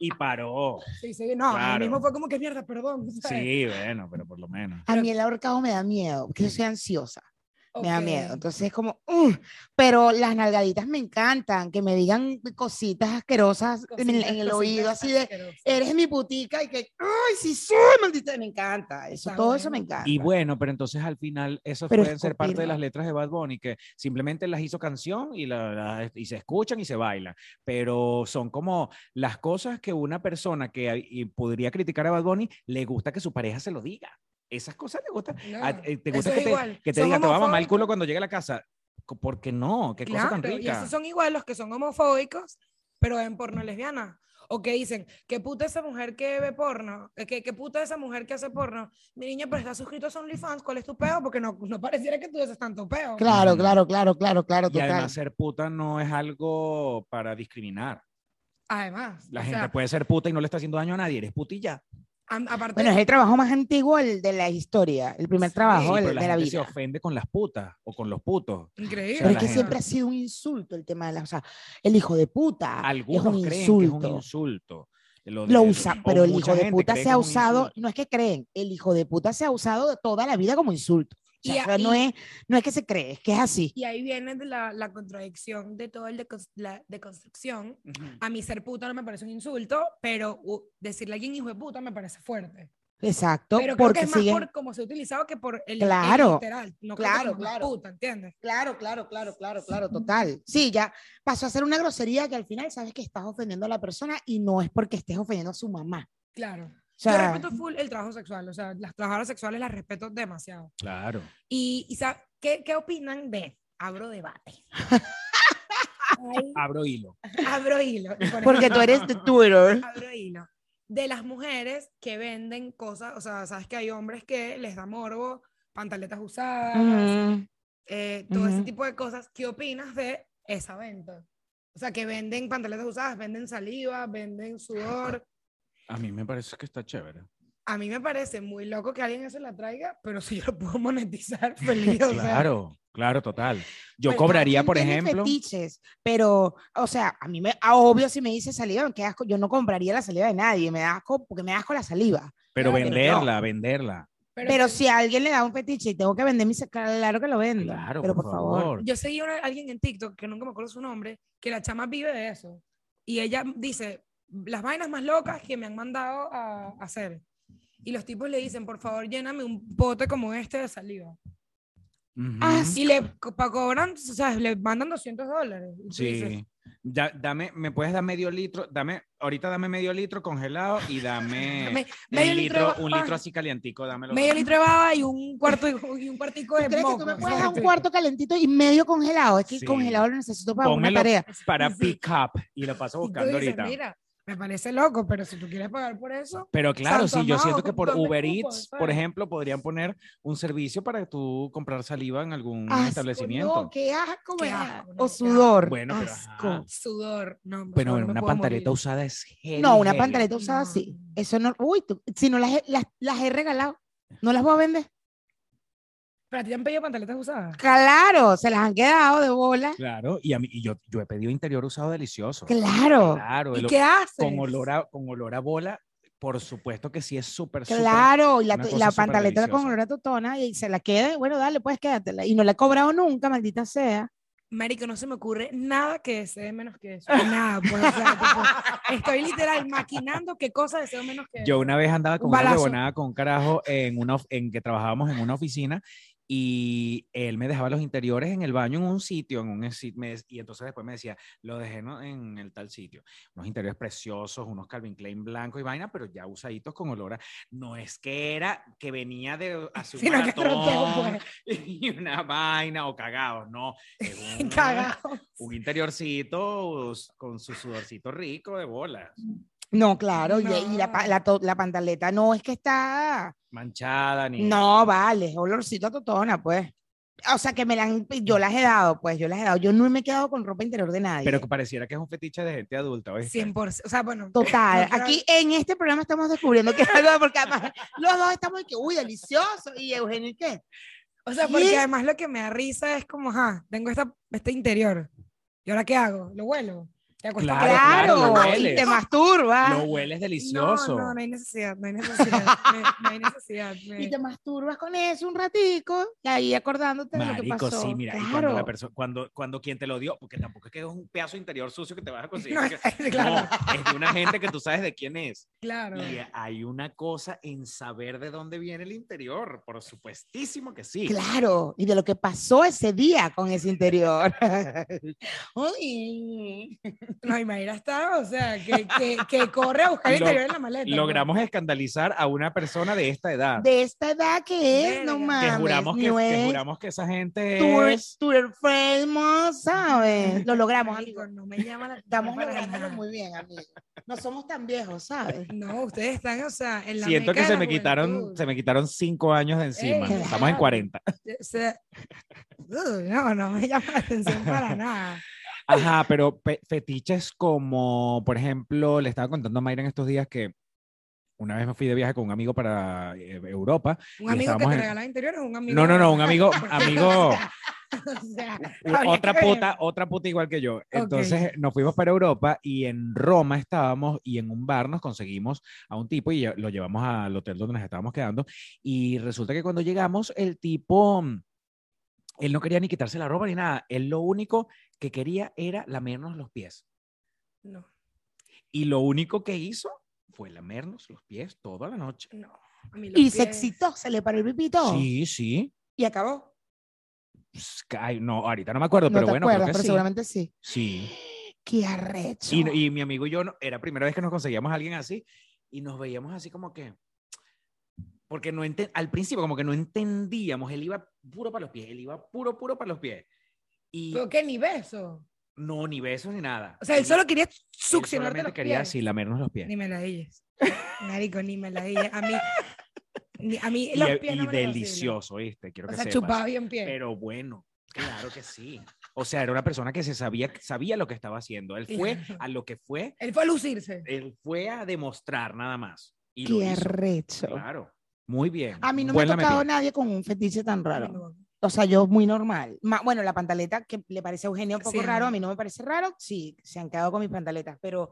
Y paró. Sí, sí, no, Claro. ahí mismo fue como que mierda, perdón. ¿sabes? Sí, bueno, pero por lo menos. A mí el ahorcado me da miedo, porque yo soy ansiosa. Me da Ok. miedo. Entonces es como, "Ugh", pero las nalgaditas me encantan, que me digan cositas asquerosas en, el- Cositas, en el cositas oído, así de, eh, asquerosas. eres mi putica y que, ay, sí soy, maldita, me encanta. Eso, Está todo eso me bueno. encanta. Y bueno, pero entonces al final eso Pero pueden ser parte de escupirla. las letras de Bad Bunny, que simplemente las hizo canción y, la, la- y se escuchan y se bailan. Pero son como las cosas que una persona que hay- y podría criticar a Bad Bunny le gusta que su pareja se lo diga. Esas cosas le gustan. A- No, eh, ¿Te eso gusta es que te, igual. que te Son diga, te va a mamar el homofóbicos". culo cuando llegue a la casa? Co- ¿Por qué no? ¿Qué cosa tan Claro, Y rica? esos son igual los que son homofóbicos, pero en porno lesbiana. O que dicen, qué puta esa mujer que ve porno, Eh, qué, qué puta esa mujer que hace porno. Mi niña, pero está suscrito a su OnlyFans, ¿cuál es tu peo? Porque no, no pareciera que tú dices tanto peo. Claro, Ujú. claro, claro, claro, claro, mm. Y total. además ser puta no es algo para discriminar. Además, La o gente sea, puede ser puta y no le está haciendo daño a nadie, eres putilla. am- aparte, bueno, es el trabajo más antiguo el de la historia, el primer Sí, trabajo sí, el- pero de la la, gente se vida. ofende con las putas o con los putos. increíble. Pero es la que gente. siempre ha sido un insulto el tema de la, o sea, el hijo de puta Algunos Ah, es un creen insulto. que es un insulto. eh, Lo, lo de- usa, o pero el mucha hijo de gente puta cree se que ha es un usado, insulto. no es que creen, el hijo de puta se ha usado toda la vida como insulto. O sea, Y eso no, ahí- es, no es que se cree, es que es así. Y ahí viene de la, la contradicción de todo el de, la deconstrucción. Ujú. A mí ser puta no me parece un insulto, pero uh, decirle a alguien hijo de puta me parece fuerte. Exacto, Pero creo que porque es más sigue. por cómo se ha utilizado que por el, el Claro, literal. No creo claro, que como más claro. puta, ¿entiendes? Claro, claro, claro, claro, claro, total. Sí, ya pasó a ser una grosería que al final sabes que estás ofendiendo a la persona y no es porque estés ofendiendo a su mamá. Claro. O sea, Yo respeto full el trabajo sexual, o sea, las trabajadoras sexuales las respeto demasiado. Claro. Y, y sa- ¿qué, qué opinan de? Abro debate. Ay, Abro hilo. abro hilo. y ponemos- porque tú eres de Twitter. Abro hilo. De las mujeres que venden cosas, o sea, sabes que hay hombres que les da morbo, pantaletas usadas, Mm, eh, todo ese Ujú. tipo de cosas. ¿Qué opinas de esa venta? O sea, que venden pantaletas usadas, venden saliva, venden sudor. A mí me parece que está chévere. A mí me parece muy loco que alguien eso la traiga, pero si yo lo puedo monetizar, feliz. o sea, Claro, claro, total. Yo pues, cada cobraría, quien por tiene ejemplo. fetiches, pero, o sea, a mí me, a- obvio si me dice saliva, qué asco, yo no compraría la saliva de nadie, me da asco porque me da asco la saliva. Pero Claro, venderla, venderla. Pero si a alguien le da un fetiche y tengo que vender mi sa- claro que lo vendo. Claro, pero por, favor. Yo seguí a alguien en TikTok, que nunca me acuerdo su nombre, que la chama vive de eso. Y ella dice, las vainas más locas que me han mandado a hacer. Y los tipos le dicen, por favor, lléname un bote como este de saliva. Ujú. Ah, Y le co- pa- cobran, o sea, le mandan 200 dólares. Y tú dices, Sí. Da- dame, me puedes dar medio litro, dame, ahorita dame medio litro congelado y dame, Me- un medio litro litro, de un baba. litro así calientico, dámelo. medio litro de baba y un, cuarto, y un cuartico ¿Tú de crees que moco. tú me puedes ¿sabes? dar un cuarto calentito y medio congelado? Es que Sí. congelado lo necesito para Pónmelo una tarea. para Sí. pick up y lo paso Y tú buscando dices, ahorita. Mira, me parece loco, pero si tú quieres pagar por eso, Pero claro, Santo sí, yo amado, siento que por ¿dónde Uber cupo? Eats, por ¿Sabes? ejemplo, podrían poner un servicio para tú comprar saliva en algún Asco, No, establecimiento. qué asco, Qué me da. asco, no, O qué sudor. Bueno, pero asco. ajá. sudor. No, por Pero favor, bueno, me una puedo pantaleta morir. usada es heavy, No, una heavy. pantaleta usada sí. No. Eso no. Uy, tú- si no las he, las, las he regalado, ¿no las voy a vender? ¿Pero a ti te han pedido pantaletas usadas? Claro, se las han quedado de bola. Claro, y, a mí, y yo, yo he pedido interior usado delicioso. Claro, Claro, el ¿Y o- qué haces? con, olor a, con olor a bola, por supuesto que sí es súper, súper. claro. Y la, una to- cosa la súper pantaleta con deliciosa. olor a totona y se la queda. y Bueno, dale, pues quédatela. Y no la he cobrado nunca, maldita sea. Marico, no se me ocurre nada que desee menos que eso. Nada, pues, o sea, tipo, estoy literal maquinando qué cosa deseo menos que Yo una vez andaba con Un una balazo. huevonada con un carajo en, una, of- en que trabajábamos en una oficina y él me dejaba los interiores en el baño en un sitio, en un esi- me des- y entonces después me decía, lo dejé ¿no? en el tal sitio. Unos interiores preciosos, unos Calvin Klein blanco y vaina, pero ya usaditos con olor a... No es que era que venía de hace un Sino que maratón rompeo, y una vaina o cagados, no. es pues, un- cagado. Un interiorcito us- con su sudorcito rico de bolas, No, claro, y- y, la, pa- No. la to- la pantaleta no es que está. manchada ni... No, vale, olorcito a totona, pues. O sea, que me la han, Mm. yo las he dado, pues, yo las he dado. Yo no me he quedado con ropa interior de nadie. Pero que pareciera que es un fetiche de gente adulta, ¿oíste? 100%. O sea, bueno, Total, No quiero- aquí en este programa estamos descubriendo que es algo, porque además los dos estamos y que, uy, delicioso, y Eugenio, ¿y qué? o sea, ¿Y? porque además lo que me da risa es como, ajá, tengo esta, este interior. ¿Y ahora qué hago? ¿Lo huelo? ¿Te acuestas Claro, con él? claro, Claro, lo y hueles. te masturbas, Lo hueles delicioso. No, no, no hay necesidad, no hay necesidad. me- no hay necesidad. me- y te masturbas con eso un ratico, y ahí acordándote de lo que Marico, pasó. sí, mira, y cuando Claro. la persona, cuando, cuando quien te lo dio, porque tampoco es que es un pedazo interior sucio que te vas a conseguir. No, porque- claro, No, es de una gente que tú sabes de quién es. claro. Y hay una cosa en saber de dónde viene el interior, por supuestísimo que sí. Claro, y de lo que pasó ese día con ese interior. Uy. No, y Mayra está, o sea, que, que, que corre a buscar el Lo- interior en la maleta. pues. Logramos escandalizar a una persona de esta edad. De esta edad que es, no Verga. Ah. que, mames. juramos que, que no es juramos que esa gente Tour, es- tour famous, ¿sabes? Lo logramos, Marico, amigo. no me llama la Estamos para lográndolo nada. muy bien, amigo. No somos tan viejos, ¿sabes? No, ustedes están, o sea, en la Siento meca que de se la me quitaron, juventud. se me quitaron cinco años de encima. Ey, Estamos en claro. 40. O sea, uh, no, no me llama la atención para nada. Ajá, pero pe- fetiches como, por ejemplo, le estaba contando a Mayra en estos días que una vez me fui de viaje con un amigo para eh, Europa. Un Y amigo que estábamos te en- regalaba interiores, un amigo. No, no, no, un amigo, amigo, O sea, u- habría otra que ver. puta, otra puta igual que yo. Entonces Ok. nos fuimos para Europa y en Roma estábamos y en un bar nos conseguimos a un tipo y lle- lo llevamos al hotel donde nos estábamos quedando y resulta que cuando llegamos el tipo, mm, él no quería ni quitarse la ropa ni nada. Él lo único que quería era lamernos los pies. No, Y lo único que hizo fue lamernos los pies toda la noche. no. a mí los Y se pies- excitó, se le paró el pipito. Sí, sí. Y acabó. Pues, ay, no, ahorita no me acuerdo, No pero te bueno, acuerdas, creo pero que seguramente sí. sí. sí. Qué arrecho. Y, no- y mi amigo y yo, no- era la primera vez que nos conseguíamos a alguien así y nos veíamos así como que... Porque no enten- al principio como que no entendíamos, él iba puro para los pies, él iba puro, puro para los pies. Y Pero qué ni beso. no, ni besos ni nada. O sea, él Él- solo quería él succionarte solamente los quería pies. así, lamernos los pies. Ni me la dilles. Marico, ni me la dilles. A mí, ni- a mí Y, e, los pies y no me los consiguen. delicioso, ¿viste? Quiero O que sea, sepas. chupaba bien pie. Pero bueno, claro que sí. O sea, era una persona que se sabía, sabía lo que estaba haciendo. Él fue Claro. a lo que fue, Él fue a lucirse. él fue a demostrar nada más. Y lo Qué hizo. arrecho. Claro. Muy bien. A mí no Buen me ha tocado lametido. nadie con un fetiche tan raro. No. O sea, yo muy normal. Ma- bueno, la pantaleta que le parece a Eugenio un poco Sí, raro, ajá. a mí no me parece raro. Sí, se han quedado con mis pantaletas, pero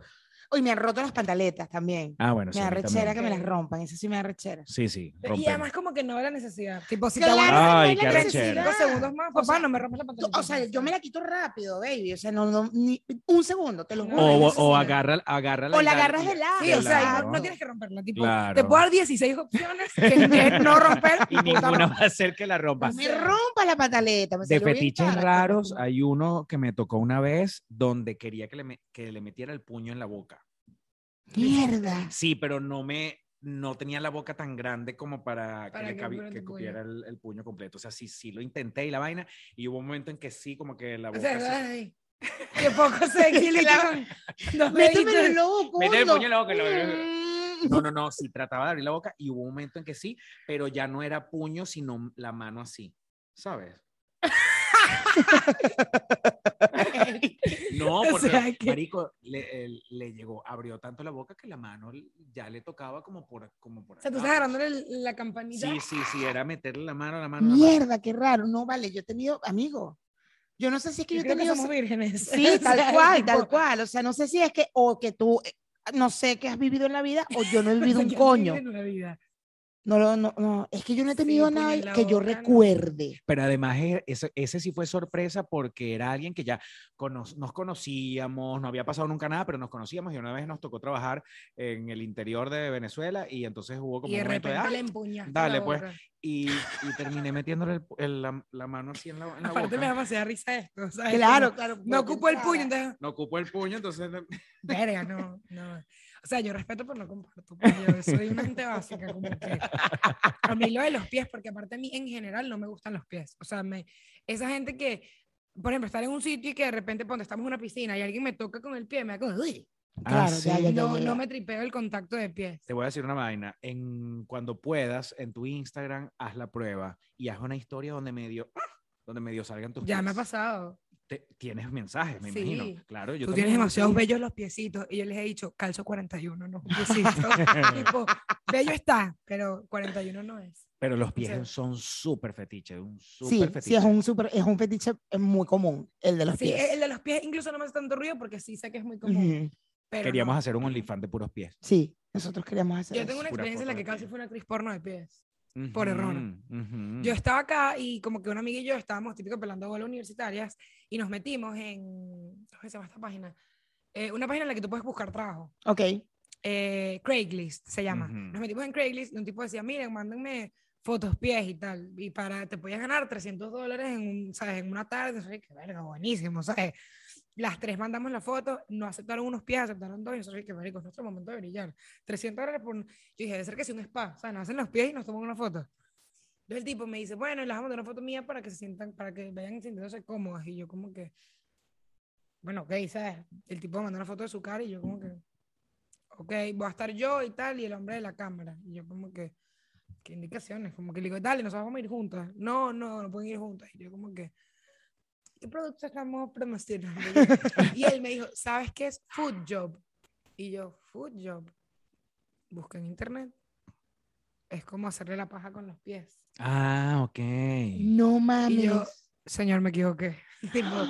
hoy me han roto las pantaletas también. Ah, bueno, sí. me da a mí también. rechera que me Ok. las rompan, eso sí me da rechera. Sí, sí. Y rompemos. además como que no era necesidad. Tipo, si Claro, te aguantas Ay, no qué hay arrechera. necesidad. cinco segundos más, O papá, sea, no me rompas la Tú- pantalla. pues. O sea, yo me la quito rápido, baby. O sea, no, no, ni un segundo, te lo juro. no hay o, o necesidad. agarra, agarra O la agarras de lado. Sí, o sea, y no- Claro. no, tienes que romperla. Tipo, Claro. te puedo dar 16 opciones que quieres no romper. Y ninguna va a hacer que la rompa. me rompa la pataleta. me De salió bien fetiches cara, raros, coño. hay uno que me tocó una vez donde quería que le, me- que le metiera el puño en la boca. Mierda. Sí, pero no me no tenía la boca tan grande como para, Para que, le que cabi- fuera que tu puño. cupiera el, el puño completo. O sea, sí, sí lo intenté y la vaina. Y hubo un momento en que sí, como que la O boca. sea, se- ay, qué poco se equilibran. Dos Métemelo deditos. en lo ojo, Méteme el coño. puño en la boca, lo- Mm. No, no, no, sí trataba de abrir la boca y hubo un momento en que sí, pero ya no era puño, sino la mano así, ¿sabes? no, O porque sea que- marico le, el- le llegó, abrió tanto la boca que la mano ya le tocaba como por como por O sea, tú acá, pues. estás agarrándole el- la campanita. Sí, sí, sí, era meterle la mano, la mano, la mano. Mierda, qué raro. No, vale, yo he tenido, amigo. Yo no sé si es que yo yo, he creo que tenido. somos vírgenes. Sí, O sea, tal cual, tipo, tal cual. O sea, no sé si es que, o que tú, eh, no sé qué has vivido en la vida, o yo no he o sea, vivido un yo coño. viví en la vida. No, no, no, no, es que yo no he Sí, tenido nada puñalada que yo boca, no. recuerde. Pero además e- ese, ese sí fue sorpresa porque era alguien que ya cono- nos conocíamos, no había pasado nunca nada, pero nos conocíamos y una vez nos tocó trabajar en el interior de Venezuela y entonces hubo como Y de un momento de, repente "Ah", le empuñaste dale, la pues. boca. y, y terminé metiéndole el pu- el- la, la mano así en la, en la Aparte me da boca. demasiada risa esto. ¿sabes? Claro, Como, claro. Me ocupo el puño, entonces- entonces, No ocupó el puño, entonces le- verga, no, no. O sea, yo respeto, pero no comparto. pues, Yo soy una gente básica, como que. A mí lo de los pies, porque aparte a mí en general no me gustan los pies. O sea, me, esa gente que, por ejemplo, estar en un sitio y que de repente, cuando estamos en una piscina y alguien me toca con el pie, me da como, uy, Claro, Ah, ya, sí. ya, ya, no, ya, ya. no me tripeo el contacto de pies. Te voy a decir una vaina. En, cuando puedas, en tu Instagram, haz la prueba y haz una historia donde medio, donde medio salgan tus Ya me ha pies. pasado. Te- tienes mensajes, me Sí. imagino. Claro, yo Tú también tienes tengo demasiados mensajes. bellos los piecitos. Y yo les he dicho, calzo 41, no, piecito. tipo, bello está, pero 41 no es. Pero los pies sea- son súper fetiche, un súper Sí, fetiche. sí, es un, super, es un fetiche eh, muy común, el de los Sí, pies. el de los pies incluso no me hace tanto ruido porque sí sé que es muy común. Ujú. pero Queríamos no. hacer un OnlyFans de puros pies. Sí, nosotros queríamos hacer Yo eso. tengo una Pura experiencia en la foto que de casi pies. fue una crisporno de pies. Por Ujú, error. ujú. Yo estaba acá y como que una amiga y yo estábamos típico pelando bolas universitarias y nos metimos en, ¿cómo se llama esta página? Eh, una página en la que tú puedes buscar trabajo. Ok, eh, Craigslist se llama. Ujú. Nos metimos en Craigslist y un tipo decía, miren, mándenme fotos pies y tal. Y para, te podías ganar 300 dólares en, un- ¿sabes? en una tarde. ¿sabes? Qué verga, buenísimo, ¿sabes? Las tres mandamos la foto, no aceptaron unos pies, aceptaron dos. Y nosotros, qué marico, es nuestro momento de brillar. 300 dólares por... un- Yo dije, debe ser que sea un spa. O sea, nos hacen los pies y nos toman una foto. Entonces el tipo me dice, bueno, les vamos a mandar una foto mía para que se sientan, para que vayan sintiéndose cómodas. Y yo como que, bueno, ok, ¿sabes? El tipo me mandó una foto de su cara y yo como que, ok, voy a estar yo y tal, y el hombre de la cámara. Y yo como que, ¿qué indicaciones? Como que le digo, dale, nos vamos a ir juntas. No, no, no pueden ir juntas. Y yo como que, ¿qué producto estamos promocionando? y él me dijo, ¿sabes qué es Food Job? Y yo, Food Job. Busca en internet. Es como hacerle la paja con los pies. Ah, ok. no mames. Señor, me equivoqué. Tipo,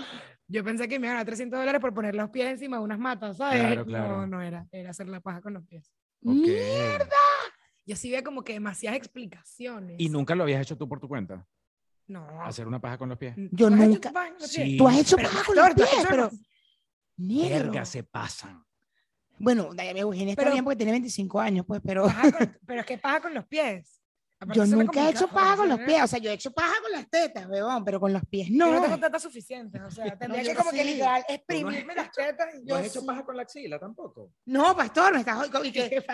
yo pensé que me iban a dar 300 dólares por poner los pies encima de unas matas, ¿sabes? Claro, claro. No, no era. Era hacer la paja con los pies. ok. Yo sí veía como que demasiadas explicaciones. ¿Y nunca lo habías hecho tú por tu cuenta? No. ¿Hacer una paja con los pies? Yo ¿Tú has hecho nunca- tu paja con los pies? Sí. Tú has hecho Pero, paja con los Pastor, tú has pies, hecho pero... algo. Mierda. Verga, se pasan. Bueno, Dayami Eugenia está Pero- bien porque tiene 25 años, pues, pero Paja con- pero es que paja con los pies. Aparte, yo suena nunca he hecho complicado, paja con los suena- pies. O sea, yo he hecho paja con las tetas, weón, pero con los pies Yo no. No tengo tetas suficientes. O sea, tendría yo que como que sí. literal exprimirme las tetas. y Yo sí. con la axila tampoco? No, pastor, me estás jodiendo. ¿Y qué?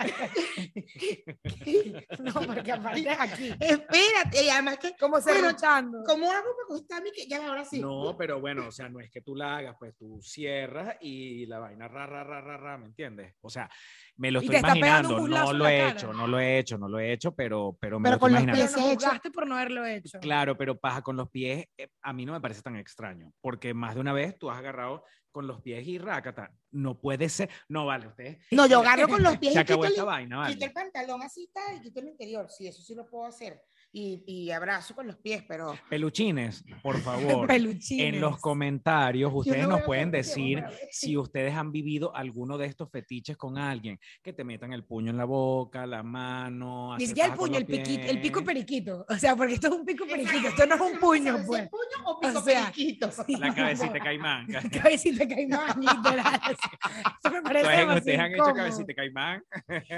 No, porque aparte es aquí. Espérate, y además que, Como se Bueno, luchando. ¿cómo hago para gustar mi que ya ahora sí? No, pues, pero bueno, o sea, no es que tú la hagas, pues tú cierras y la vaina ra, ra, ra, ra, ra, ¿me entiendes? O sea, me lo Y estoy te está pegando un imaginando, no burlazo en lo la he cara. hecho, no lo he hecho, no lo he hecho, pero, pero me lo Pero estoy con los imaginando. Pero pies nos he hecho- juzgaste por no haberlo hecho. Claro, pero paja con los pies eh, a mí no me parece tan extraño, porque más de una vez tú has agarrado con los pies y rácata. No puede ser. No, vale, ustedes. No, yo agarro con los pies Se y quito acabó esta el, vaina, vale. quito el pantalón así tal, y quito el interior. Sí, eso sí lo puedo hacer. Y, y abrazo con los pies, pero... Peluchines, por favor. Peluchines. En los comentarios ustedes no nos veo pueden por qué, decir vamos a ver. si ustedes han vivido alguno de estos fetiches con alguien, que te metan el puño en la boca, la mano, Ni hacer siquiera el paja con puño, el, los piquito, el pico pies. periquito. O sea, porque esto es un pico periquito. Exacto, Esto no es un eso puño, sabe si pues. es puño o pico O sea, periquito. la cabecita de caimán. Cabecita de caimán, literal. Eso me Ustedes parece ustedes demasiado han hecho incómodo. cabecita de caimán.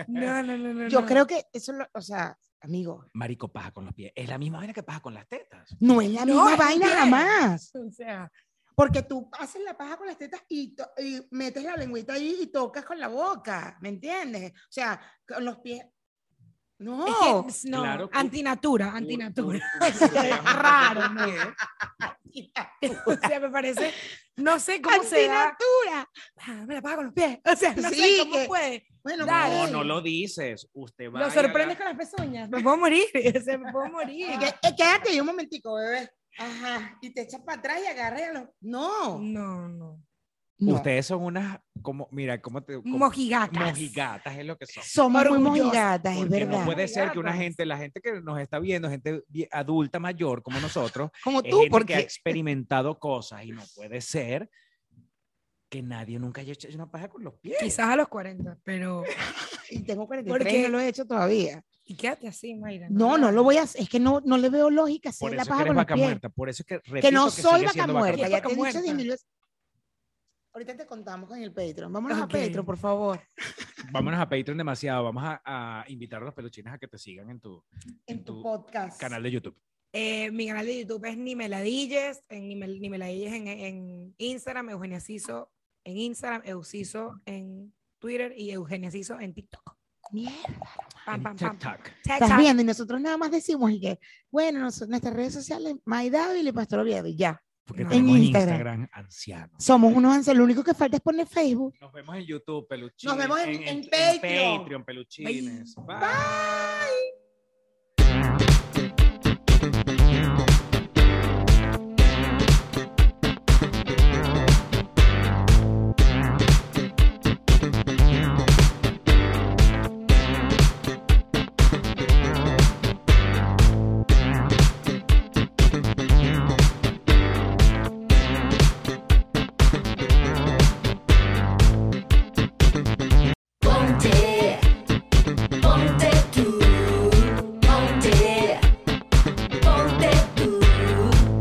No, no, no, no. Yo no. creo que eso, lo- o sea, amigo, Marico, paja con los pies. Es la misma vaina que paja con las tetas. no es la No, misma es un vaina pie. jamás. O sea, Porque tú haces la paja con las tetas y, to- y metes la lengüita ahí y tocas con la boca, ¿me entiendes? O sea, con los pies. No, es que, pues, no, Claro. antinatura, Antinatura. antinatura. Raro, ¿no? ah, O sea, me parece, no sé cómo se da. antinatura. Ah, Me la paga con los pies. O sea, no Sí, sé cómo que- puede. Bueno, Dale. No, pues, no lo dices. Usted va. Lo y sorprendes agarra- con las pezuñas. Me puedo morir. O sea, me puedo morir. y que- eh, quédate ahí un momentico, bebé. Ajá, y te echas para atrás y agarras y a los- No, No, no. no. Ustedes son unas, como, mira, cómo te. como- Mojigatas. mojigatas es lo que son. Somos muy Orgullosas, mojigatas, es Porque verdad. no puede ser que una Mojigatas. gente, la gente que nos está viendo, gente vie- adulta mayor como nosotros, Como es tú, gente que ha porque experimentado cosas y no puede ser que nadie nunca haya hecho una paja con los pies. Quizás a los 40, pero y tengo 43 Porque- no lo he hecho todavía. Y quédate así, Mayra. No, no lo voy a hacer. Es que no, no le veo lógica hacer Por eso la es que paja eres con los vaca pies. muerta. Por eso es que repito Que no sigue soy vaca siendo muerta. Ya te muerta. he dicho Vaca 10.000 veces. Ahorita te contamos con el Patreon. Vámonos Ok. a Patreon, por favor. Vámonos a Patreon demasiado. Vamos a, a invitar a los peluchines a que te sigan en tu En tu tu podcast. canal de YouTube. Eh, mi canal de YouTube es Ni Meladilles, en Ni, Mel- Ni Meladilles en, en Instagram, Eugenia Ciso en Instagram, Euciso en Twitter y Eugenia Ciso en TikTok. Mierda. Pam, en pam, pam. TikTok. Estás TikTok. viendo y nosotros nada más decimos y que, bueno, nos- nuestras redes sociales, Maidávil y Pastor Oviedo, y ya. Porque En tenemos Instagram. Instagram anciano. Somos unos ancianos. Lo único que falta es poner Facebook. Nos vemos en YouTube, peluchines. vemos en- en Patreon. Patreon, peluchines. Bye. Bye.